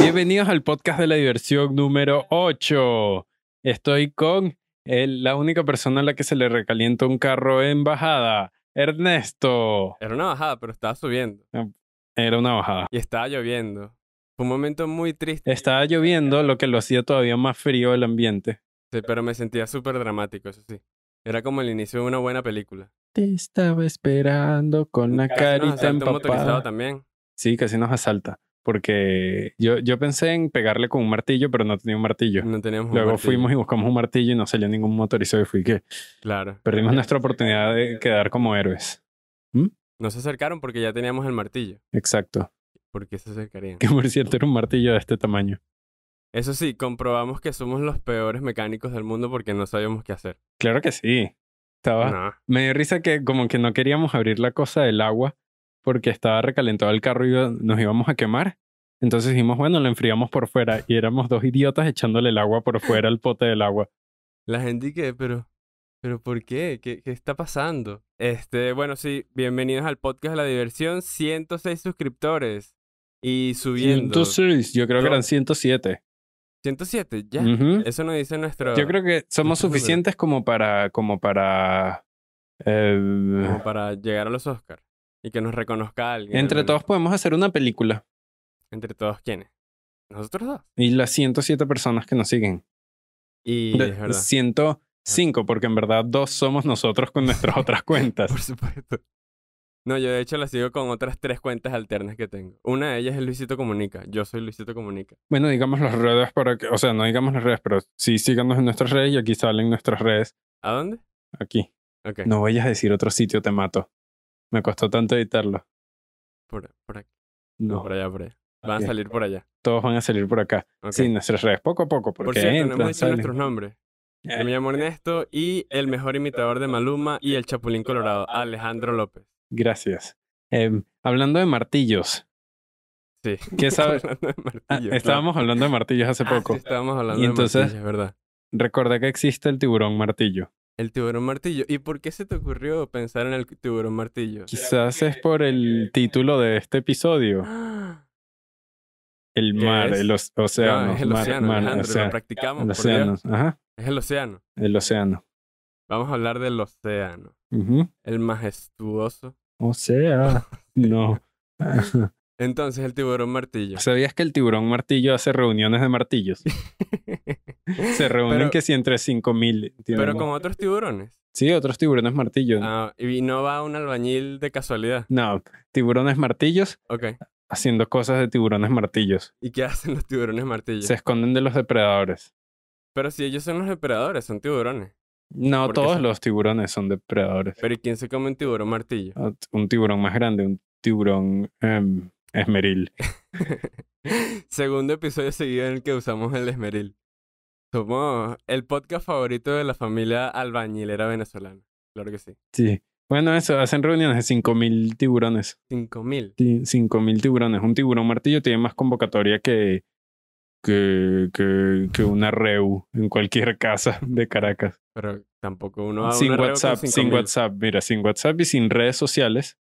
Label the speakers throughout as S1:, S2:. S1: Bienvenidos al podcast de la diversión número 8. Estoy con el- la única persona a la que se le recalienta un carro en bajada, Ernesto.
S2: Era una bajada, pero estaba subiendo.
S1: Era una bajada.
S2: Y estaba lloviendo. Fue un momento muy triste,
S1: Estaba lloviendo, lo que lo hacía todavía más frío el ambiente.
S2: sí, pero me sentía súper dramático, eso sí. Era como el inicio de una buena película.
S1: Te estaba esperando con la
S2: Nos
S1: carita
S2: asaltó un motorizado
S1: empapada.
S2: también.
S1: Sí, casi nos asalta. Porque yo, yo pensé en pegarle con un martillo, pero no tenía un martillo.
S2: No teníamos Mm, un
S1: Luego
S2: martillo.
S1: fuimos y buscamos un martillo y no salió ningún motorizado y fui que
S2: Claro.
S1: perdimos nuestra oportunidad de quedar como héroes.
S2: No se acercaron porque ya teníamos el martillo.
S1: Exacto.
S2: ¿Por qué se acercarían?
S1: Que por cierto era un martillo de este tamaño.
S2: Eso sí, comprobamos que somos los peores mecánicos del mundo porque no sabíamos qué hacer.
S1: Claro que sí. Estaba.
S2: No.
S1: Me dio risa que como que no queríamos abrir la cosa del agua porque estaba recalentado el carro y iba- nos íbamos a quemar. Entonces dijimos, bueno, lo enfriamos por fuera y éramos dos idiotas echándole el agua por fuera al pote del agua.
S2: La gente que, pero, pero ¿por qué? qué? qué está pasando? Este, bueno, sí, bienvenidos al podcast de la diversión. 106 suscriptores y subiendo.
S1: 106, yo Eh, creo que eran 107.
S2: 107, ya.
S1: Ujú.
S2: Eso nos dice nuestro.
S1: Yo creo que somos
S2: Entonces,
S1: suficientes como para, como para... eh,
S2: Como para llegar a los Oscars y que nos reconozca alguien.
S1: entre
S2: al
S1: todos
S2: menos.
S1: podemos hacer una película
S2: Entre todos, ¿quiénes? Nosotros dos.
S1: y las 107 personas que nos siguen.
S2: Y
S1: De-
S2: es verdad.
S1: 105, porque en verdad dos somos nosotros con nuestras otras cuentas.
S2: Por supuesto. No, yo de hecho la sigo con otras tres cuentas alternas que tengo. Una de ellas es Luisito Comunica. Yo soy Luisito Comunica.
S1: Bueno, digamos las redes para que, o sea, no digamos las redes, pero sí síganos en nuestras redes y aquí salen nuestras redes.
S2: ¿A dónde?
S1: Aquí.
S2: Ok.
S1: No vayas a decir otro sitio, te mato. Me costó tanto editarlo.
S2: Por, por aquí. No,
S1: No,
S2: por allá, por allá. Van
S1: Ok.
S2: a salir por allá.
S1: todos van a salir por acá.
S2: Ok.
S1: Sí, nuestras redes, poco a poco, porque
S2: por cierto, no
S1: entran,
S2: hemos dicho
S1: salen.
S2: nuestros nombres. Yo me
S1: Eh,
S2: llamo Ernesto y el mejor imitador de Maluma y el Chapulín Colorado, Alejandro López.
S1: gracias. Em, hablando de martillos,
S2: Sí.
S1: ¿qué sabes?
S2: Hablando de martillo,
S1: Ah,
S2: claro.
S1: estábamos hablando de martillos hace
S2: Ah, sí,
S1: poco.
S2: estábamos hablando
S1: Y entonces-
S2: de martillo, es verdad.
S1: Recordé que existe el tiburón martillo.
S2: El tiburón martillo. ¿Y por qué se te ocurrió pensar en el tiburón martillo?
S1: Quizás es por
S2: Eh,
S1: el título de este episodio.
S2: Ah,
S1: El
S2: ¿Qué
S1: mar,
S2: es?
S1: el os- océano.
S2: no, es el
S1: mar-
S2: océano,
S1: mar-
S2: Alejandro.
S1: océano,
S2: lo practicamos,
S1: el
S2: por
S1: océano,
S2: Dios.
S1: ajá,
S2: Es el océano.
S1: el océano.
S2: Vamos a hablar del océano.
S1: Ujú.
S2: El majestuoso.
S1: Océano. No.
S2: Entonces, el tiburón martillo.
S1: ¿Sabías que el tiburón martillo hace reuniones de martillos? Se reúnen
S2: Pero-
S1: que si entre 5000.
S2: Pero
S1: tienen-
S2: con otros tiburones.
S1: Sí, otros tiburones martillos.
S2: Ah, y no va un albañil de casualidad.
S1: No, tiburones martillos
S2: Ok.
S1: haciendo cosas de tiburones martillos.
S2: ¿Y qué hacen los tiburones martillo?
S1: Se esconden de los depredadores.
S2: Pero si ellos son los depredadores, son tiburones.
S1: No
S2: Porque
S1: todos
S2: son-
S1: los tiburones son depredadores.
S2: Pero ¿y quién se come un tiburón martillo?
S1: Ah, t- un tiburón más grande, un tiburón em, esmeril.
S2: Segundo episodio seguido en el que usamos el esmeril. Somos el podcast favorito de la familia albañilera venezolana. Claro que sí.
S1: Sí. Bueno, eso, hacen reuniones de 5.000 tiburones.
S2: 5000.
S1: Ti- 5.000 tiburones. Un tiburón martillo tiene más convocatoria que, que, que, que una REU en cualquier casa de Caracas.
S2: Pero tampoco uno va a
S1: sin
S2: Ah, una reunión con
S1: WhatsApp, sin
S2: 5000.
S1: WhatsApp. Mira, sin WhatsApp y sin redes sociales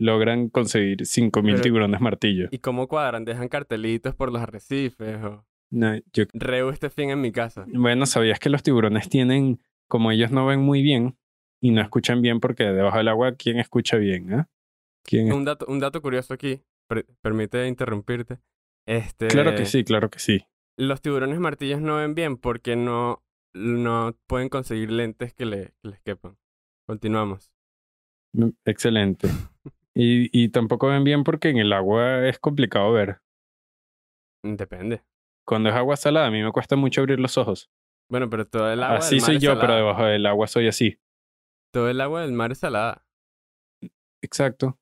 S1: logran conseguir 5.000
S2: Pero-
S1: tiburones martillo.
S2: ¿Y cómo cuadran? ¿Dejan cartelitos por los arrecifes? O...
S1: No, yo-
S2: Reu este fin en mi casa.
S1: bueno, ¿sabías que los tiburones tienen, como ellos no ven muy bien y no escuchan bien porque debajo del agua, ¿quién escucha bien? ah? ¿Quién
S2: Un dato, un dato curioso aquí. per- permite interrumpirte. Este,
S1: Claro que sí, claro que sí.
S2: los tiburones martillos no ven bien porque no, no pueden conseguir lentes que, le, que les quepan. Continuamos.
S1: Mm, Excelente. Y, y tampoco ven bien porque en el agua es complicado ver.
S2: Depende.
S1: Cuando es agua salada, a mí me cuesta mucho abrir los ojos.
S2: Ah, Bueno, pero todo el agua
S1: así
S2: del mar
S1: soy
S2: es
S1: yo, pero
S2: salada.
S1: debajo del agua soy así.
S2: Todo el agua del mar es salada.
S1: Exacto.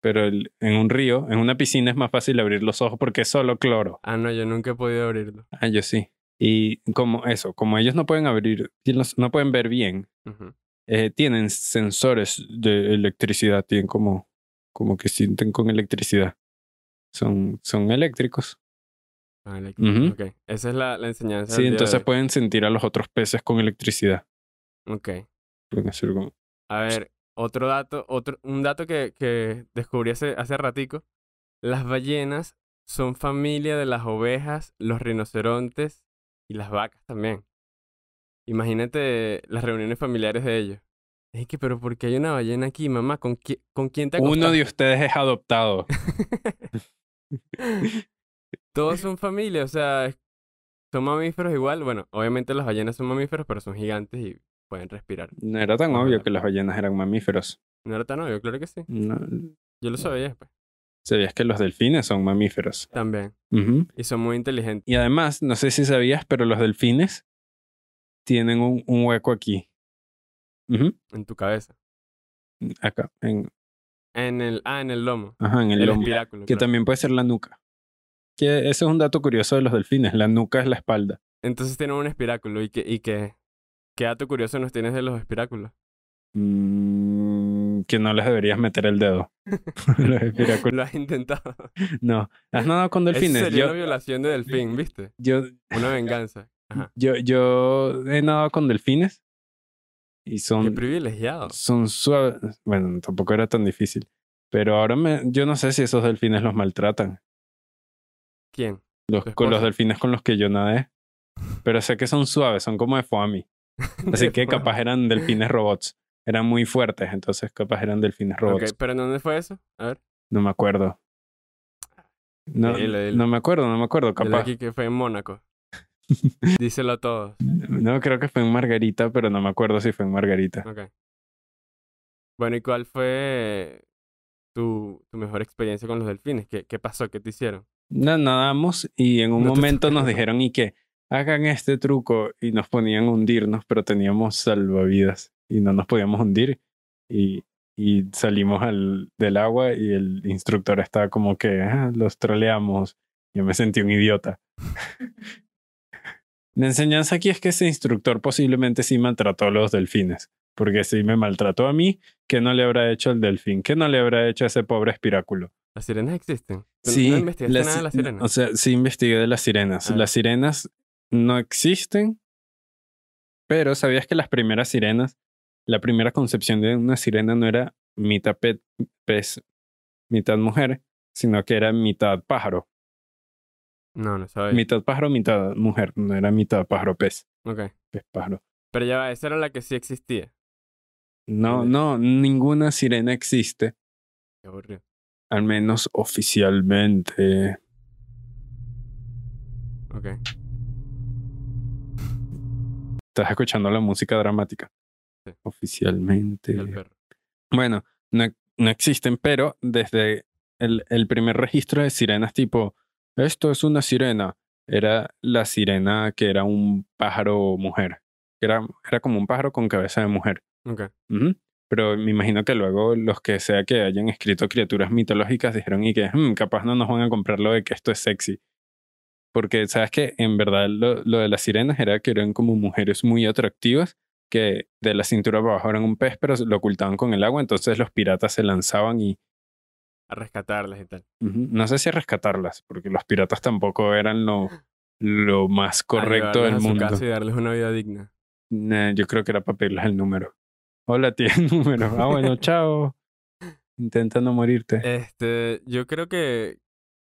S1: Pero el- en un río, en una piscina es más fácil abrir los ojos porque es solo cloro.
S2: Ah, no, yo nunca he podido abrirlo.
S1: Ah, yo sí. Y como eso, como ellos no pueden abrir, y los- no pueden ver bien,
S2: Ujú.
S1: eh, tienen sensores de electricidad, tienen como, como que sienten con electricidad. Son, son eléctricos.
S2: Vale,
S1: Ujú.
S2: ok. Esa es la, la enseñanza.
S1: Sí,
S2: del día de
S1: entonces pueden sentir a los otros peces con electricidad.
S2: hoy. Ok.
S1: Pueden hacer como-
S2: A ver, otro dato, otro, un dato que, que descubrí hace, hace ratico. Las ballenas son familia de las ovejas, los rinocerontes y las vacas también. Imagínate las reuniones familiares de ellos. Es que, pero ¿por qué hay una ballena aquí, mamá? ¿Con, qui- con quién te acostaste?
S1: Uno de ustedes es adoptado.
S2: Todos son familia, o sea, es- son mamíferos igual. Bueno, obviamente las ballenas son mamíferos, pero son gigantes y pueden respirar.
S1: No era tan
S2: Ojalá.
S1: obvio que las ballenas eran mamíferos.
S2: No era tan obvio, claro que sí.
S1: No,
S2: Yo lo sabía, pues.
S1: Sabías que los delfines son mamíferos.
S2: También.
S1: Ujú.
S2: Y son muy inteligentes.
S1: Y además, no sé si sabías, pero los delfines tienen un, un hueco aquí. Ujú.
S2: En tu cabeza.
S1: Acá, en,
S2: En el, ah, en el lomo.
S1: ajá, en el,
S2: el
S1: lomo.
S2: espiráculo.
S1: Que
S2: claro.
S1: también puede ser la nuca. Que ese es un dato curioso de los delfines. La nuca es la espalda.
S2: Entonces tienen un espiráculo. ¿Y que y que ¿Qué dato curioso nos tienes de los espiráculos?
S1: Mm, que no les deberías meter el dedo. los espiráculos.
S2: Lo has intentado.
S1: No. ¿Has nadado con
S2: Eso
S1: delfines?
S2: sería una
S1: Yo,
S2: violación de delfín, ¿viste?
S1: yo,
S2: Una venganza. Ajá.
S1: yo, yo he nadado con delfines. Y
S2: Qué
S1: son
S2: privilegiado.
S1: son suaves. Bueno, tampoco era tan difícil. Pero ahora me, yo no sé si esos delfines los maltratan.
S2: ¿Quién?
S1: Los,
S2: ¿Tu
S1: con los
S2: esposa?
S1: delfines con los que yo nadé. Pero sé que son suaves, son como de foamy. Así que capaz eran delfines robots. Eran muy fuertes, entonces capaz eran delfines
S2: Ok,
S1: robots.
S2: pero ¿en ¿dónde fue eso? A ver.
S1: No me acuerdo. No,
S2: Dilo, dilo.
S1: no me acuerdo, no me acuerdo,
S2: Dile
S1: capaz.
S2: aquí que fue en Mónaco. Díselo a todos.
S1: No, creo que fue en Margarita, pero no me acuerdo si fue en Margarita.
S2: Ok. Bueno, ¿y cuál fue tu, tu mejor experiencia con los delfines? ¿Qué, qué pasó? ¿Qué te hicieron?
S1: Na- nadamos y en un
S2: No te
S1: momento
S2: toques.
S1: nos dijeron y que hagan este truco y nos ponían a hundirnos, pero teníamos salvavidas y no nos podíamos hundir y, y salimos al, del agua y el instructor estaba como que "Ah, los troleamos. Yo me sentí un idiota. La enseñanza aquí es que ese instructor posiblemente sí maltrató a los delfines, porque si me maltrató a mí, ¿qué no le habrá hecho al delfín? ¿Qué no le habrá hecho a ese pobre espiráculo?
S2: ¿Las sirenas existen? ¿Tú
S1: Sí,
S2: ¿No investigaste
S1: las
S2: nada de las
S1: si-
S2: sirenas?
S1: O sea, sí investigué de las sirenas.
S2: Ah.
S1: Las sirenas no existen, pero ¿sabías que las primeras sirenas, la primera concepción de una sirena no era mitad pe- pez, mitad mujer, sino que era mitad pájaro?
S2: no, no sabes.
S1: Mitad pájaro, mitad mujer, no era mitad pájaro pez,
S2: Ok.
S1: pez pájaro.
S2: Pero ya va, esa era la que sí existía.
S1: No,
S2: Vale.
S1: no, ninguna sirena existe,
S2: Qué aburrido.
S1: al menos oficialmente.
S2: Ok.
S1: Estás escuchando la música dramática.
S2: Sí.
S1: Oficialmente.
S2: Y el perro.
S1: Bueno, no, no existen, pero desde el, el primer registro de sirenas tipo, esto es una sirena, era la sirena que era un pájaro mujer. Era, era como un pájaro con cabeza de mujer.
S2: Ok.
S1: Ujú. Pero me imagino que luego los que sea que hayan escrito criaturas mitológicas dijeron y que "Mm, capaz no nos van a comprar lo de que esto es sexy. Porque sabes que en verdad lo, lo de las sirenas era que eran como mujeres muy atractivas que de la cintura para abajo eran un pez pero lo ocultaban con el agua, entonces los piratas se lanzaban y
S2: A rescatarlas y tal.
S1: ujú, no sé si a rescatarlas, porque los piratas tampoco eran lo, lo más correcto
S2: A llevarlas
S1: del
S2: a su
S1: mundo.
S2: casa y darles una vida digna.
S1: Nah, yo creo que era para pedirles el número. Hola, tía, el número. Ah, bueno, chao. Intenta no morirte.
S2: Este, yo creo que,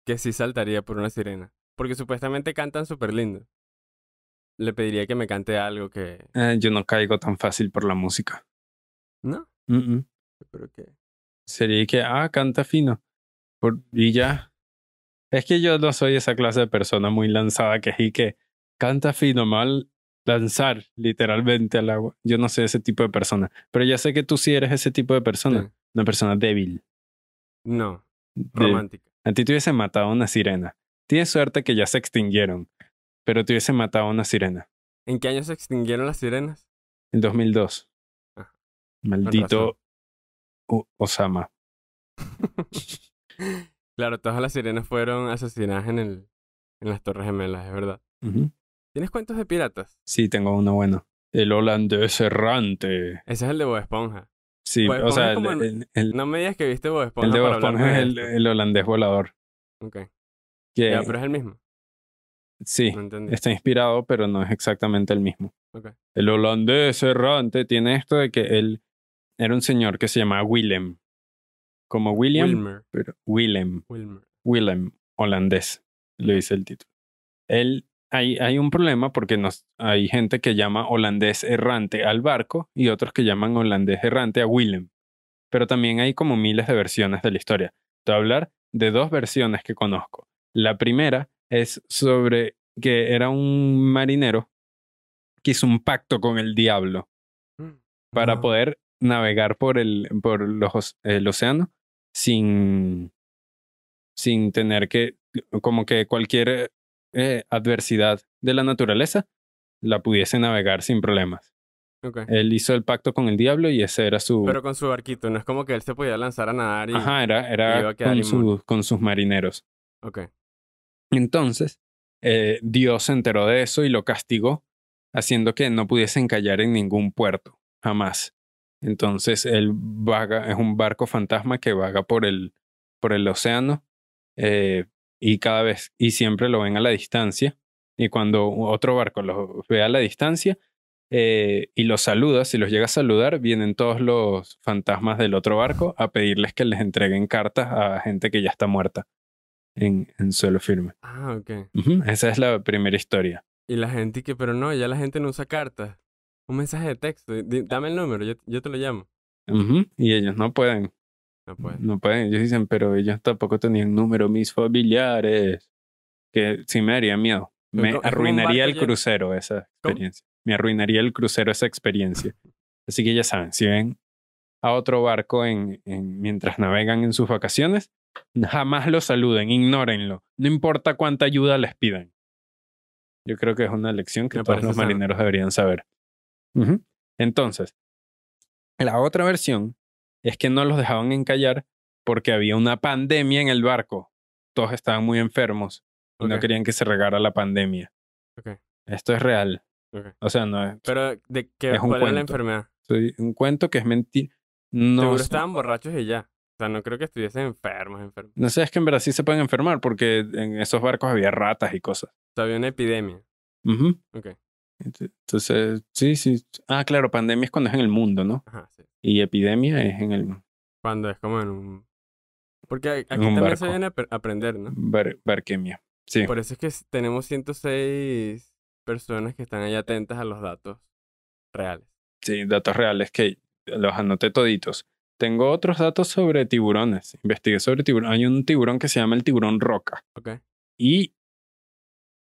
S2: que sí saltaría por una sirena. Porque supuestamente cantan súper lindo. Le pediría que me cante algo que...
S1: Eh, yo no caigo tan fácil por la música.
S2: ¿No?
S1: Mm, mm.
S2: Pero que...
S1: Sería que, ah, canta fino. Por- y ya. Es que yo no soy esa clase de persona muy lanzada que sí que canta fino mal lanzar literalmente al agua. Yo no soy ese tipo de persona. Pero ya sé que tú sí eres ese tipo de persona.
S2: Sí.
S1: Una persona débil.
S2: No,
S1: De-
S2: romántica.
S1: A ti te hubiese matado una sirena. Tienes suerte que ya se extinguieron, pero te hubiese matado una sirena.
S2: ¿En qué año se extinguieron las sirenas?
S1: En 2002.
S2: Ah,
S1: Maldito O- Osama.
S2: Claro, todas las sirenas fueron asesinadas en, el, en las Torres Gemelas, es verdad.
S1: Ujú.
S2: ¿Tienes cuentos de piratas?
S1: Sí, tengo uno bueno. El holandés errante.
S2: Ese es el de Bob Esponja.
S1: Sí,
S2: Pues,
S1: o sea,
S2: ponme
S1: el,
S2: como
S1: el- el-
S2: No me digas que viste Bob Esponja
S1: el de Bob
S2: para hablar
S1: Esponja
S2: de
S1: es el,
S2: esto.
S1: el holandés volador.
S2: Ok.
S1: Que,
S2: Ya, pero es el mismo.
S1: Eh, Sí,
S2: No entendí.
S1: está inspirado, pero no es exactamente el mismo.
S2: Ok.
S1: El holandés errante tiene esto de que él era un señor que se llamaba Willem. Como William,
S2: Wilmer.
S1: pero Willem.
S2: Wilmer.
S1: Willem, holandés, le dice el título. Él, hay, hay un problema porque nos, hay gente que llama holandés errante al barco y otros que llaman holandés errante a Willem. Pero también hay como miles de versiones de la historia. Te voy a hablar de dos versiones que conozco. La primera es sobre que era un marinero que hizo un pacto con el diablo para
S2: Ah.
S1: poder navegar por el, por los, oce- el océano sin, sin tener que, como que cualquier eh, adversidad de la naturaleza la pudiese navegar sin problemas.
S2: Ok.
S1: Él hizo el pacto con el diablo y ese era su...
S2: Pero con su barquito, no es como que él se podía lanzar a nadar y.
S1: ajá, era,
S2: y iba a
S1: era
S2: quedar
S1: con,
S2: inmune.
S1: su- con sus marineros.
S2: Ok.
S1: Entonces, eh, Dios se enteró de eso y lo castigó, haciendo que no pudiesen callar en ningún puerto, jamás. Entonces, él vaga, es un barco fantasma que vaga por el, por el océano eh, y cada vez, y siempre lo ven a la distancia. Y cuando otro barco los ve a la distancia eh, y los saluda, si los llega a saludar, vienen todos los fantasmas del otro barco a pedirles que les entreguen cartas a gente que ya está muerta en, en suelo firme.
S2: Ah, ok.
S1: Ujú, Esa es la primera historia.
S2: Y la gente y que, pero no, ya la gente no usa cartas. Un mensaje de texto. di- Dame el número, yo, yo te lo llamo. Ah, pues,
S1: Ujú, Y ellos no pueden,
S2: No puede.
S1: no pueden. Ellos dicen, pero ellos tampoco tenían número, mis familiares. Que sí me daría miedo.
S2: Pero
S1: Me
S2: co- es como ¿eh? un
S1: arruinaría
S2: barco
S1: el
S2: lleno.
S1: crucero esa experiencia. Me arruinaría el crucero esa experiencia. Así que ya saben, si ven a otro barco en, en- mientras navegan en sus vacaciones, jamás lo saluden, ignórenlo. No importa cuánta ayuda les pidan. Yo creo que es una lección que
S2: Me
S1: todos
S2: parece
S1: los
S2: sano.
S1: marineros deberían saber. Ujú. Entonces, la otra versión es que no los dejaban encallar porque había una pandemia en el barco. Todos estaban muy enfermos y no
S2: Ok,
S1: querían que se regara la pandemia.
S2: Ok.
S1: Esto es real.
S2: ok.
S1: O sea, no es,
S2: Pero, ¿de qué,
S1: Es un
S2: cuál era la
S1: cuento.
S2: enfermedad?
S1: soy un cuento que es mentira. No,
S2: Seguro
S1: sé-
S2: estaban borrachos y ya. O sea, no creo que estuviesen enfermos, enfermos.
S1: no sé, es que en Brasil se pueden enfermar porque en esos barcos había ratas y cosas.
S2: O sea, había una epidemia.
S1: Ujú.
S2: Ok.
S1: Ent- Entonces, sí, sí. Ah, claro, pandemia es cuando es en el mundo, ¿no?
S2: Ajá, sí.
S1: Y epidemia es en el
S2: Cuando es como en un... Porque a- aquí
S1: un
S2: también se
S1: barco.
S2: viene a pe- aprender, ¿no?
S1: bar- barquemia. Sí.
S2: Por eso es que s- tenemos 106 personas que están ahí atentas a los datos reales.
S1: Sí, datos reales que los anoté toditos. Tengo otros datos sobre tiburones. Investigué sobre tiburones. Hay un tiburón que se llama el tiburón roca.
S2: Ok.
S1: Y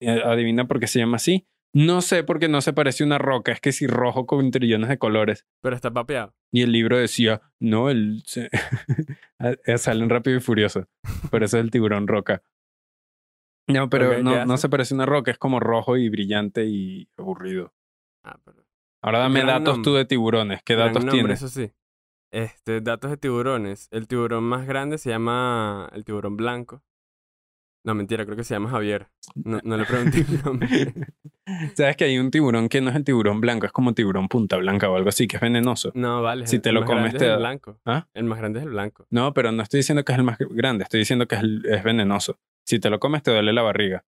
S1: eh, adivina por qué se llama así. No sé por qué no se parece a una roca, es que si rojo con trillones de colores.
S2: Pero está papeado.
S1: Y el libro decía, no, el se- Eh, salen rápido y furioso. Por eso es el tiburón roca. No, pero
S2: Ok, ¿qué
S1: no, no
S2: hace?
S1: se parece a una roca, es como rojo y brillante y aburrido.
S2: Ah, pero...
S1: Ahora dame
S2: Gran
S1: datos tú
S2: nombre.
S1: de tiburones, ¿qué
S2: gran
S1: datos
S2: nombre,
S1: tienes?
S2: Eso sí. Este, datos de tiburones. El tiburón más grande se llama el tiburón blanco. No, mentira, creo que se llama Javier. No, no le pregunté el nombre.
S1: Sabes que hay un tiburón que no es el tiburón blanco, es como tiburón punta blanca o algo así, que es venenoso.
S2: No, vale.
S1: Si
S2: el-
S1: te
S2: el
S1: lo
S2: más grande
S1: comes,
S2: es
S1: te
S2: el
S1: da-
S2: blanco.
S1: ¿Ah?
S2: El más grande es el blanco.
S1: No, pero no estoy diciendo que es el más grande, estoy diciendo que es, el- es venenoso. Si te lo comes, te duele la barriga.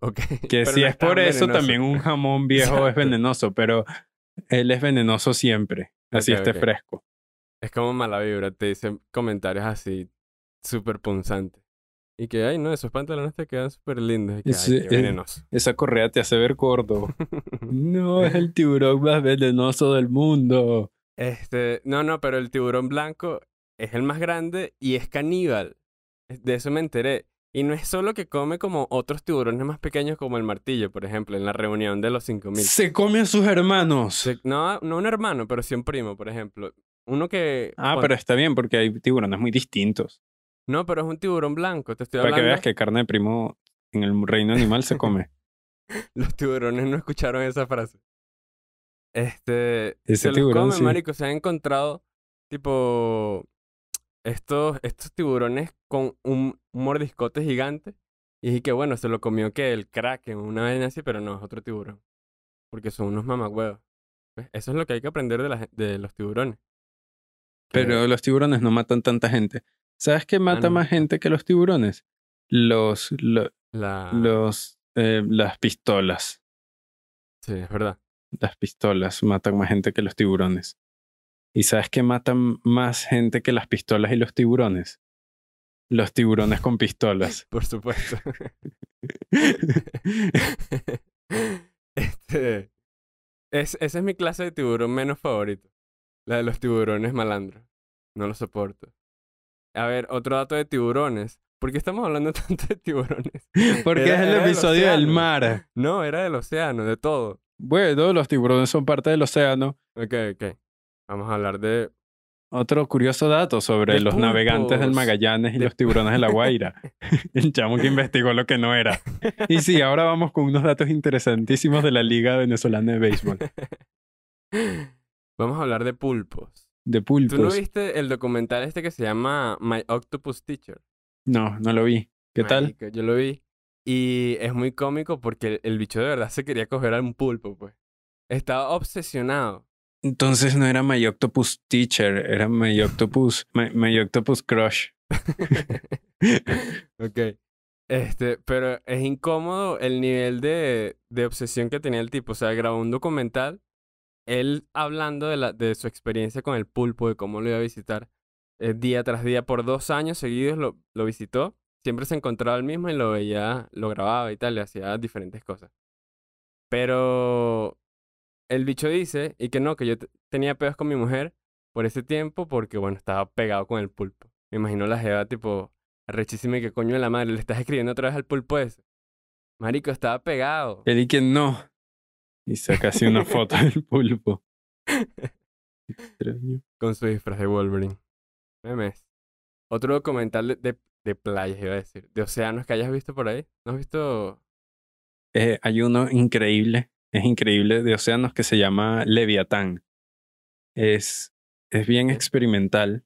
S2: Ok.
S1: Que
S2: pero
S1: si
S2: no
S1: es por
S2: tan
S1: eso,
S2: venenoso.
S1: también un jamón viejo es
S2: Exacto.
S1: venenoso, pero él es venenoso siempre, así
S2: Ok,
S1: esté
S2: ok.
S1: fresco.
S2: Es como mala vibra. Te dicen comentarios así súper punzantes. Y que, ay, no, esos pantalones te quedan súper lindos. Y que, ay,
S1: Sí,
S2: qué
S1: eh.
S2: venenoso.
S1: Esa correa te hace ver gordo. no, es el tiburón más venenoso del mundo.
S2: Este, no, no, pero el tiburón blanco es el más grande y es caníbal. Es- De eso me enteré. Y no es solo que come como otros tiburones más pequeños como el martillo, por ejemplo, en la reunión de los 5000.
S1: Se come a sus hermanos.
S2: Se- No, no un hermano, pero sí un primo, por ejemplo. Uno que...
S1: Ah,
S2: pon-
S1: pero está bien porque hay tiburones muy distintos.
S2: No, pero es un tiburón blanco, te estoy
S1: Para que
S2: hablando.
S1: veas que carne de primo en el reino animal se come.
S2: Los tiburones no escucharon esa frase. Este,
S1: Ese
S2: se los
S1: tiburón,
S2: come,
S1: sí.
S2: marico, se han encontrado tipo estos estos tiburones con un, un mordiscote gigante y dije que bueno, se lo comió que el kraken, una vaina así, pero no, es otro tiburón. Porque son unos mamagüeos. ¿Ves? Eso es lo que hay que aprender de, la gen- de los tiburones. Que-
S1: Pero los tiburones no matan tanta gente. ¿Sabes qué mata
S2: Ah, no.
S1: más gente que los tiburones? Los, lo-
S2: la...
S1: los, eh, las pistolas.
S2: Sí, es verdad.
S1: Las pistolas matan más gente que los tiburones. ¿Y sabes qué matan más gente que las pistolas y los tiburones? los tiburones con pistolas.
S2: Por supuesto. este, es, esa es mi clase de tiburón menos favorito. La de los tiburones malandros. No lo soporto. A ver, otro dato de tiburones. ¿Por qué estamos hablando tanto de tiburones?
S1: Porque
S2: Era-
S1: es el
S2: era del
S1: episodio del
S2: océano.
S1: mar.
S2: No, era del océano, de todo.
S1: Bueno, los tiburones son parte del océano.
S2: Ok, ok. Vamos a hablar de...
S1: Otro curioso dato sobre
S2: De
S1: los navegantes del
S2: pulpos.
S1: Magallanes y
S2: De-
S1: los tiburones de la Guaira. el chamo que investigó lo que no era. Y sí, ahora vamos con unos datos interesantísimos de la Liga Venezolana de Béisbol.
S2: Vamos a hablar de pulpos.
S1: De
S2: ¿Tú no
S1: pulpos.
S2: viste el documental este que se llama My Octopus Teacher?
S1: No, no lo vi. ¿Qué tal?
S2: Marico, yo lo vi. Y es muy cómico porque el, el bicho de verdad se quería coger a un pulpo, pues. Estaba obsesionado.
S1: Entonces no era My Octopus Teacher, era My Octopus, My, My Octopus Crush.
S2: ok. Este, pero es incómodo el nivel de, de obsesión que tenía el tipo. O sea, grabó un documental, él hablando de, la, de su experiencia con el pulpo, de cómo lo iba a visitar eh, día tras día. Por dos años seguidos lo, lo visitó. Siempre se encontraba el mismo y lo veía, lo grababa y tal, le hacía diferentes cosas. Pero el bicho dice, y que no, que yo te- tenía pedos con mi mujer por ese tiempo porque, bueno, estaba pegado con el pulpo. Me imagino la jeva tipo, arrechísima y que coño de la madre, le estás escribiendo otra vez al pulpo ese. Marico, estaba pegado.
S1: Él y quien no. Y saca así una foto del pulpo. Extraño.
S2: Con su disfraz de Wolverine. Memes. Otro documental de, de, de playas, iba a decir. De océanos que hayas visto por ahí. ¿No has visto?
S1: Eh, hay uno increíble, es increíble, de océanos que se llama Leviatán. Es, es bien experimental.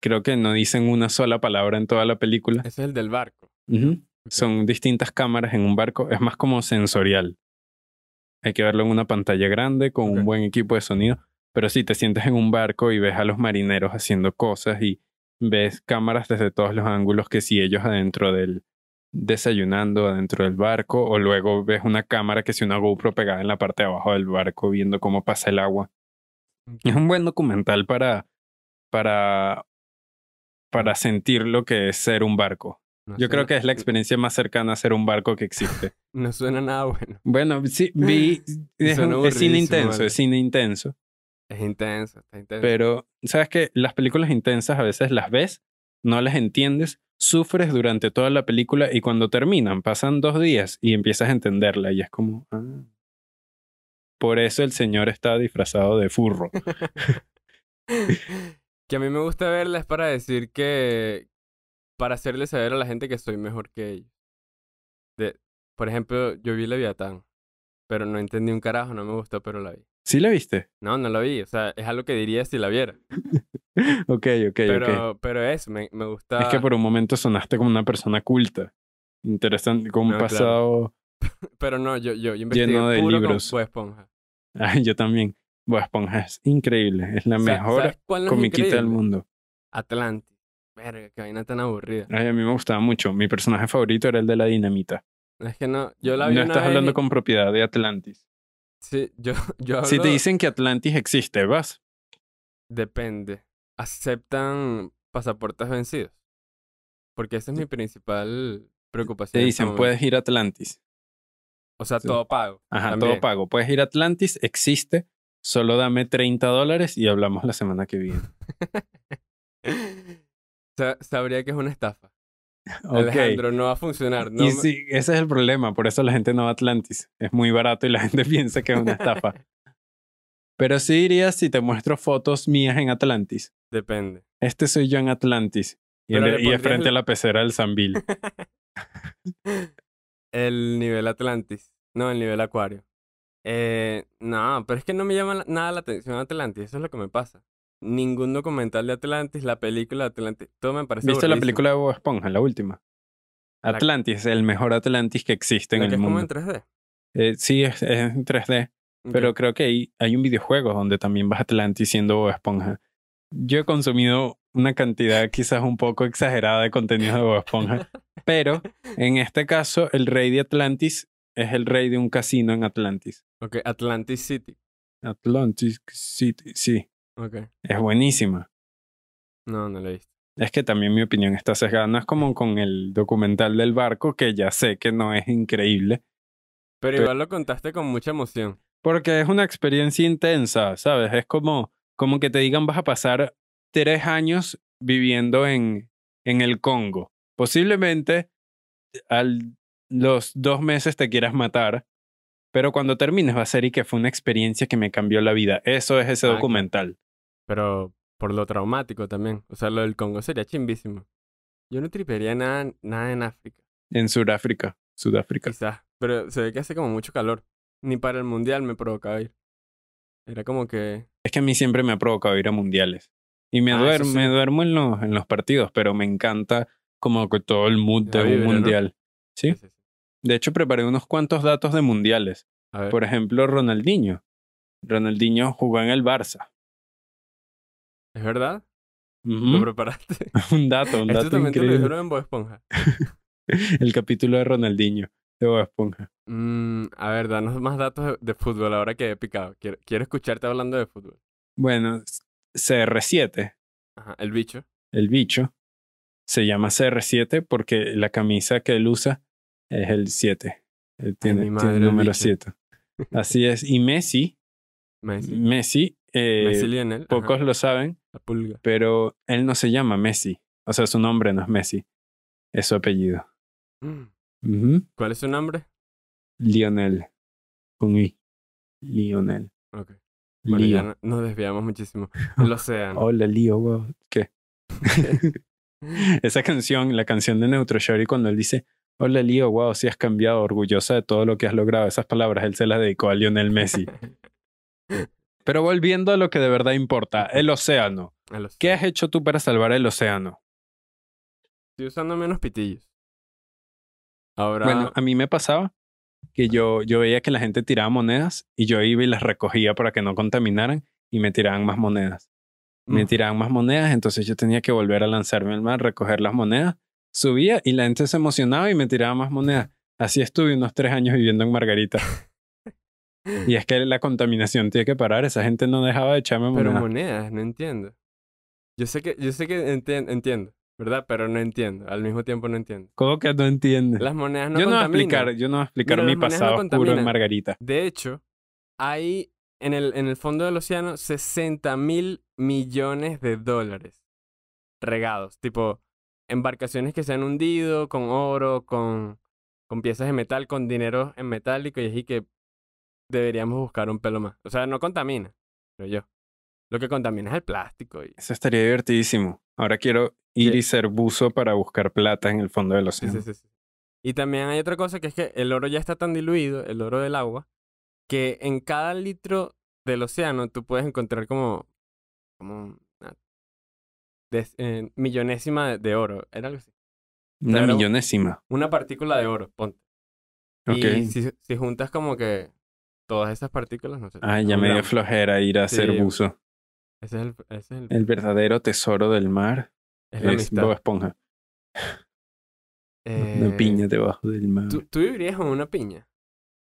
S1: Creo que no dicen una sola palabra en toda la película.
S2: Ese es el del barco.
S1: Ujú. Son distintas cámaras en un barco, es más como sensorial. Hay que verlo en una pantalla grande con
S2: Ok.
S1: un buen equipo de sonido, pero si te sientes en un barco y ves a los marineros haciendo cosas y ves cámaras desde todos los ángulos que si ellos adentro del desayunando adentro del barco o luego ves una cámara que si una GoPro pegada en la parte de abajo del barco viendo cómo pasa el agua. Es un buen documental para para para sentir lo que es ser un barco.
S2: No
S1: Yo creo
S2: suena-
S1: que es la experiencia más cercana a ser un barco que existe.
S2: No suena nada bueno.
S1: Bueno, sí, vi. Es,
S2: Suena
S1: un- es cine
S2: aburridísimo,
S1: intenso,
S2: vale.
S1: es cine intenso.
S2: Es intenso, está intenso.
S1: Pero, ¿sabes que Las películas intensas a veces las ves, no las entiendes, sufres durante toda la película y cuando terminan, pasan dos días y empiezas a entenderla y es como. ah. Por eso el señor está disfrazado de furro.
S2: que a mí me gusta verla es para decir que. Para hacerle saber a la gente que soy mejor que ellos. De, por ejemplo, yo vi Leviatán. Pero no entendí un carajo, no me gustó, pero la vi.
S1: ¿Sí la viste?
S2: No, no la vi. O sea, es algo que diría si la viera.
S1: Ok, ok, ok. Ah.
S2: Pero, pero eso, me, me gusta.
S1: Es que por un momento sonaste como una persona culta. Interesante, con un
S2: Ah, claro.
S1: pasado.
S2: Pero no, yo, yo, yo investigué
S1: Lleno de
S2: puro con
S1: libros.
S2: Bob Esponja.
S1: Ay, yo también. Bob Esponja es increíble. Es la
S2: Sa-
S1: mejor
S2: ¿sabes cuál no es
S1: comiquita del
S2: increíble?
S1: mundo.
S2: Atlantis. Verga, qué vaina tan aburrida.
S1: Ay, a mí me gustaba mucho. Mi personaje favorito era el de la dinamita.
S2: Es que no, yo la vi
S1: No
S2: una
S1: estás
S2: vez
S1: hablando
S2: y- Ah,
S1: con propiedad de Atlantis.
S2: Sí, yo, yo hablo...
S1: Si te dicen que Atlantis existe, vas.
S2: Depende. ¿Aceptan pasaportes vencidos? Porque esa es mi principal preocupación.
S1: Te
S2: en este
S1: dicen,
S2: momento.
S1: puedes ir a Atlantis.
S2: O sea,
S1: sí.
S2: todo pago.
S1: Ajá,
S2: también.
S1: todo pago. Puedes ir a Atlantis, existe. Solo dame 30 dólares y hablamos la semana que viene.
S2: Sa- Sabría que es una estafa.
S1: Ok.
S2: Alejandro, no va a funcionar. No
S1: Y
S2: me-
S1: sí, ese es el problema. Por eso la gente no va a Atlantis. Es muy barato y la gente piensa que es una estafa. Pero sí dirías si te muestro fotos mías en Atlantis.
S2: Depende.
S1: Este soy yo en Atlantis. Y,
S2: Pero
S1: el- y
S2: le
S1: es
S2: pondrías
S1: frente a
S2: el-
S1: la pecera del Sambil.
S2: El nivel Atlantis. No, el nivel Acuario. Eh, no, pero es que no me llama la- nada la atención Atlantis. Eso es lo que me pasa. Ningún documental de Atlantis, la película de Atlantis, todo me parece
S1: ¿Viste la
S2: aburridísimo.
S1: película de Bob Esponja, la última?
S2: La-
S1: Atlantis, el mejor Atlantis que existe en
S2: La que
S1: el
S2: es como en
S1: mundo.
S2: 3D.
S1: Eh, sí, es, es en 3D,
S2: Ok.
S1: pero creo que hay, hay un videojuego donde también vas a Atlantis siendo Bob Esponja. Yo he consumido una cantidad quizás un poco exagerada de contenido de Bob Esponja, pero en este caso el rey de Atlantis es el rey de un casino en Atlantis.
S2: Ok, Atlantis City.
S1: Atlantis City, sí,
S2: Ok.
S1: es buenísima.
S2: No, no lo he visto.
S1: Es que también mi opinión está sesgada. No es como con el documental del barco, que ya sé que no es increíble,
S2: Pero
S1: Pero-
S2: igual lo contaste con mucha emoción.
S1: porque es una experiencia intensa, ¿sabes? Es como, como que te digan vas a pasar tres años viviendo en, en el Congo. Posiblemente a los dos meses te quieras matar, pero cuando termines va a ser y que fue una experiencia que me cambió la vida. Eso es ese
S2: Ah, claro.
S1: documental.
S2: Pero por lo traumático también. O sea, lo del Congo sería chimbísimo. Yo no tripearía nada, nada en África.
S1: En Sudáfrica. Sudáfrica.
S2: Quizás. Pero se ve que hace como mucho calor. Ni para el mundial me provocaba ir. Era como que.
S1: Es que a mí siempre me ha provocado ir a mundiales. Y me,
S2: Ah, eso
S1: duermo,
S2: sí.
S1: me duermo en los, en los partidos, pero me encanta como que todo el mood
S2: La
S1: de un
S2: vibra, ¿no?
S1: mundial. Sí.
S2: Sí, sí.
S1: De hecho, preparé unos cuantos datos de mundiales.
S2: A ver.
S1: Por ejemplo, Ronaldinho. Ronaldinho jugó en el Barça.
S2: ¿Es verdad?
S1: Ujú.
S2: ¿Lo preparaste?
S1: Un dato, un
S2: Esto
S1: dato
S2: también te lo
S1: ¿Mm? increíble.
S2: dijeron en Bob Esponja.
S1: El capítulo de Ronaldinho de Bob Esponja.
S2: Mm, a ver, danos más datos de, de fútbol ahora que he picado. Quiero, quiero escucharte hablando de fútbol.
S1: Bueno, CR7,
S2: Ajá, el bicho.
S1: el bicho, se llama CR7 porque la camisa que él usa es el 7. Él tiene,
S2: mi
S1: tiene
S2: madre,
S1: el
S2: el
S1: número
S2: bicho.
S1: 7. Así es. Y Messi,
S2: Messi.
S1: Messi, Mm, eh,
S2: Messi Lionel. ajá,
S1: pocos lo saben,
S2: La pulga.
S1: pero él no se llama Messi. O sea, su nombre no es Messi, es su apellido.
S2: Mm.
S1: Ujú.
S2: ¿Cuál es su nombre?
S1: Lionel. Con I. Lionel.
S2: Ok. Bueno, ya
S1: Lio.
S2: no- nos desviamos muchísimo. El océano.
S1: Hola, Lio. wow. ¿Qué? Esa canción, la canción de Neutro Shorty, cuando él dice, hola Lío, wow, si has cambiado, orgullosa de todo lo que has logrado. Esas palabras él se las dedicó a Lionel Messi. Pero volviendo a lo que de verdad importa, el océano.
S2: El océano.
S1: ¿Qué has hecho tú para salvar el océano?
S2: Estoy usando menos pitillos. Ahora.
S1: Bueno, a mí me pasaba que yo, yo veía que la gente tiraba monedas y yo iba y las recogía para que no contaminaran y me tiraban más monedas. Me
S2: mm,
S1: tiraban más monedas, entonces yo tenía que volver a lanzarme al mar, recoger las monedas. Subía y la gente se emocionaba y me tiraba más monedas. Así estuve unos tres años viviendo en Margarita. Y es que la contaminación tiene que parar. Esa gente no dejaba de echarme
S2: Pero
S1: monedas.
S2: monedas, no entiendo. Yo sé que, yo sé que entien- entiendo, ¿verdad? Pero no entiendo. Al mismo tiempo no entiendo.
S1: ¿Cómo que no entiendes?
S2: Las monedas no
S1: yo, no voy a
S2: contaminan.
S1: explicar, yo no voy a explicar
S2: Mira,
S1: mi
S2: las monedas no
S1: pasado oscuro en
S2: contaminan.
S1: Margarita.
S2: De hecho, hay en el, en el fondo del océano 60 mil millones de dólares regados. Tipo, embarcaciones que se han hundido con oro, con, con piezas de metal, con dinero en metálico. Y así que deberíamos buscar un pelo más. O sea, no contamina, creo yo. Lo que contamina es el plástico. Y...
S1: Eso estaría divertidísimo. Ahora quiero ir
S2: ¿Qué?
S1: y ser buzo para buscar plata en el fondo del
S2: Sí,
S1: océano.
S2: sí, sí, sí. Y también hay otra cosa que es que el oro ya está tan diluido, el oro del agua, que en cada litro del océano tú puedes encontrar como, como una des- eh, millonésima de, de oro. Era algo así.
S1: Una
S2: Claro.
S1: millonésima.
S2: Una partícula de oro, ponte.
S1: Ok.
S2: Y si, si juntas como que todas esas partículas, no sé.
S1: Ay, Ah, ya
S2: un
S1: me dio
S2: gramo.
S1: flojera ir a ser
S2: Sí.
S1: buzo.
S2: Ese es el, ese es el-
S1: El verdadero tesoro del mar
S2: es la
S1: Eh, es Bob
S2: amistad.
S1: Esponja.
S2: Eh,
S1: Una piña debajo del mar.
S2: ¿tú, tú vivirías en una piña?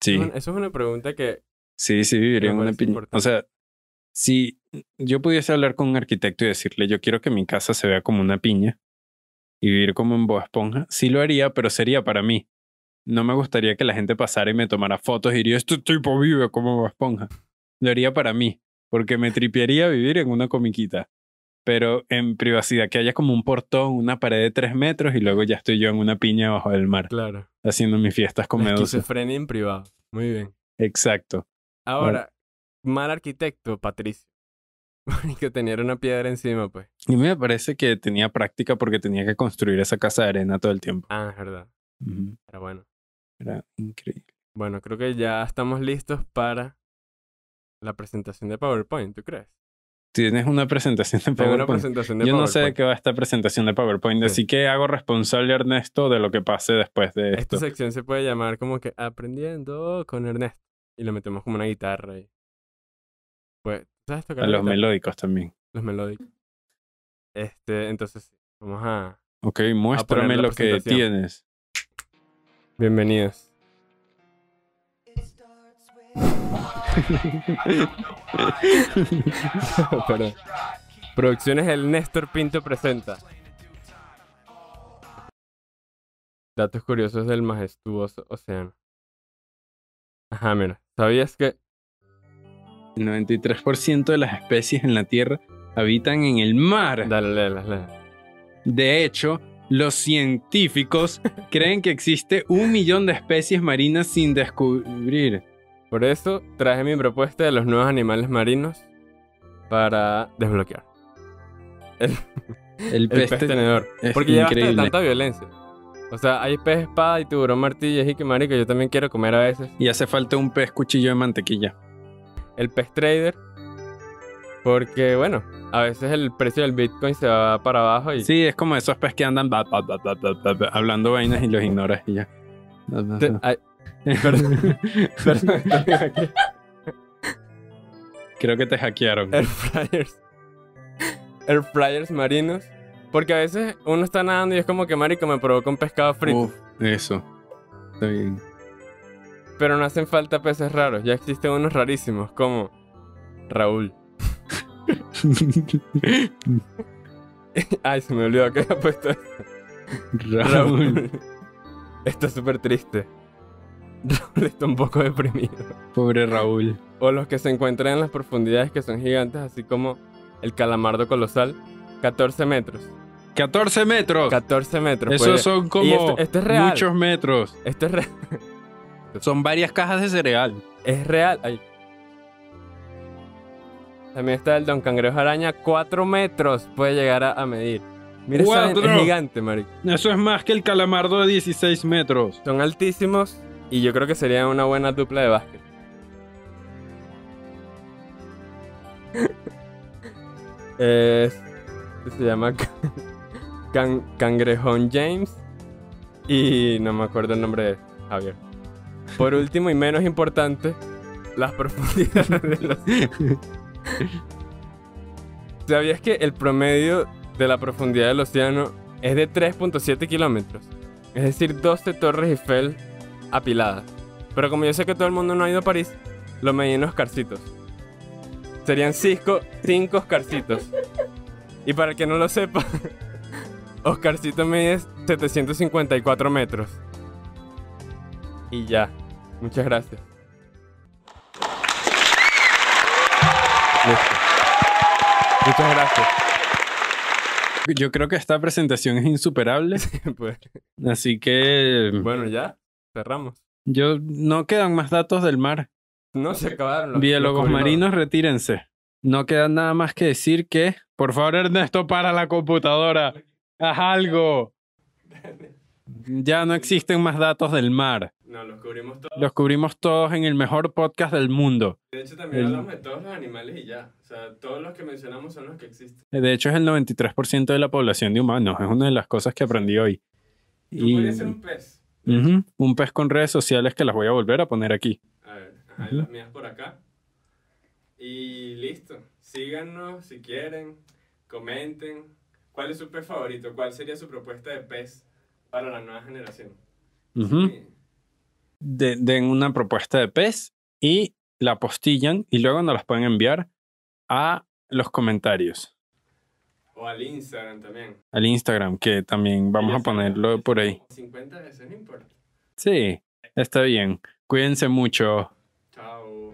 S1: Sí,
S2: Eso es una pregunta que...
S1: sí, sí, viviría
S2: me
S1: en una
S2: parece
S1: piña.
S2: importante.
S1: O sea, si yo pudiese hablar con un arquitecto y decirle, yo quiero que mi casa se vea como una piña y vivir como en Bob Esponja, sí lo haría, pero sería para mí. No me gustaría que la gente pasara y me tomara fotos y diría, este tipo vive como Bob Esponja. Lo haría para mí, porque me tripearía vivir en una comiquita. Pero en privacidad, que haya como un portón, una pared de tres metros y luego ya estoy yo en una piña bajo del mar,
S2: Claro.
S1: haciendo mis fiestas con
S2: La
S1: medusas.
S2: esquizofrenia en privado. Muy bien.
S1: Exacto.
S2: Ahora, mal arquitecto, Patricio. Que tenía una piedra encima, pues.
S1: Y me parece que tenía práctica porque tenía que construir esa casa de arena todo el tiempo.
S2: Ah, es verdad. Pero bueno.
S1: Era increíble.
S2: Bueno, creo que ya estamos listos para la presentación de PowerPoint, ¿tú crees?
S1: Tienes una presentación de
S2: Tengo una
S1: PowerPoint.
S2: presentación de
S1: Yo no sé de
S2: PowerPoint.
S1: qué va esta presentación de PowerPoint,
S2: Sí. Este
S1: así que hago responsable a Ernesto de lo que pase después de
S2: Esta
S1: esto.
S2: sección se puede llamar como que Aprendiendo con Ernesto. Y le metemos como una guitarra y... Pues, ¿sabes tocar
S1: A
S2: la
S1: los
S2: guitarra?
S1: melódicos también.
S2: Los melódicos. Este, entonces, sí, vamos a...
S1: Ok, muéstrame
S2: la
S1: lo que
S2: presentación.
S1: tienes.
S2: Bienvenidos. Perdón. Producciones El Néstor Pinto presenta Datos curiosos del majestuoso océano. Ajá, mira. ¿Sabías que
S1: El 93% de las especies en la Tierra habitan en el mar.
S2: Dale, léelas, léelas.
S1: De hecho, los científicos creen que existe un millón de especies marinas sin descubrir.
S2: Por eso traje mi propuesta de los nuevos animales marinos para desbloquear. El,
S1: El
S2: el
S1: pez,
S2: pez
S1: te-
S2: tenedor.
S1: es
S2: Porque ya basta de
S1: increíble.
S2: tanta violencia. O sea, hay pez espada y tiburón martillo. Y que marico, yo también quiero comer a veces.
S1: Y hace falta un pez cuchillo de mantequilla.
S2: el pez trader. Porque, bueno, a veces el precio del Bitcoin se va para abajo y
S1: Sí, es como esos pez que andan ba- ba- ba- ba- ba- ba- ba- hablando vainas y los ignoras y ya. Ba- ba-
S2: te-
S1: ba.
S2: ay, perdón. perdón, estoy aquí.
S1: Creo que te hackearon.
S2: air fryers. Air fryers marinos. Porque a veces uno está nadando y es como que marico me provoca un pescado frito.
S1: Uf, eso. Está bien.
S2: Pero no hacen falta peces raros. Ya existen unos rarísimos, como Raúl. Ay, se me olvidó que había puesto
S1: Raúl,
S2: Raúl. Está súper triste. Raúl está un poco deprimido.
S1: pobre Raúl.
S2: o los que se encuentran en las profundidades que son gigantes, así como el calamardo colosal, 14 metros.
S1: 14 metros.
S2: 14 metros.
S1: Esos
S2: pues,
S1: son como
S2: y esto, esto es real.
S1: muchos metros.
S2: Esto es, re-
S1: Son varias cajas de cereal.
S2: es real. Ay. También está el don cangrejo araña, 4 metros puede llegar a, a medir. Mira, esa vaina,
S1: ¡Cuatro!
S2: es gigante, marico.
S1: Eso es más que el calamardo de 16 metros.
S2: Son altísimos y yo creo que sería una buena dupla de básquet. Es- este se llama Can- Can- Cangrejón James y no me acuerdo el nombre de Javier. Por último y menos importante, las profundidades de los... ¿Sabías que el promedio de la profundidad del océano es de 3.7 kilómetros? Es decir, 12 torres Eiffel apiladas. Pero como yo sé que todo el mundo no ha ido a París, lo medí en Oscarcitos. Serían 5 cinco, Oscarcitos. Y para el que no lo sepa, Oscarcito mide 754 metros. Y ya. Muchas gracias. Listo. Muchas gracias.
S1: Yo creo que esta presentación es insuperable.
S2: Pues,
S1: Así que
S2: bueno, ya. Cerramos.
S1: yo no quedan más datos del mar.
S2: No se acabaron los
S1: Biólogos
S2: los cubrimos.
S1: marinos, retírense. No queda nada más que decir que, por favor, Ernesto, para la computadora. Haz algo. Ya no existen más datos del mar.
S2: No, los cubrimos todos.
S1: Los cubrimos todos en el mejor podcast del mundo.
S2: De hecho, también
S1: El-
S2: hablamos de todos los animales y ya. O sea, todos los que mencionamos son los que existen.
S1: Eh, De hecho, es el 93% de la población de humanos. Es una de las cosas que aprendí hoy.
S2: Tú
S1: Y-
S2: podrías ser un pez.
S1: Ujú, Un pez con redes sociales que las voy a volver a poner aquí.
S2: A ver, ajá, y las mías por acá. Y listo. Síganos si quieren. Comenten. ¿Cuál es su pez favorito? ¿Cuál sería su propuesta de pez para la nueva generación?
S1: Ujú.
S2: Sí.
S1: de- den una propuesta de pez y la postillan y luego nos las pueden enviar a los comentarios,
S2: O al Instagram también.
S1: al Instagram, que también vamos
S2: Ellos
S1: a ponerlo
S2: saben,
S1: por ahí.
S2: 50 veces, no importa.
S1: Sí, está bien. Cuídense mucho.
S2: Chao.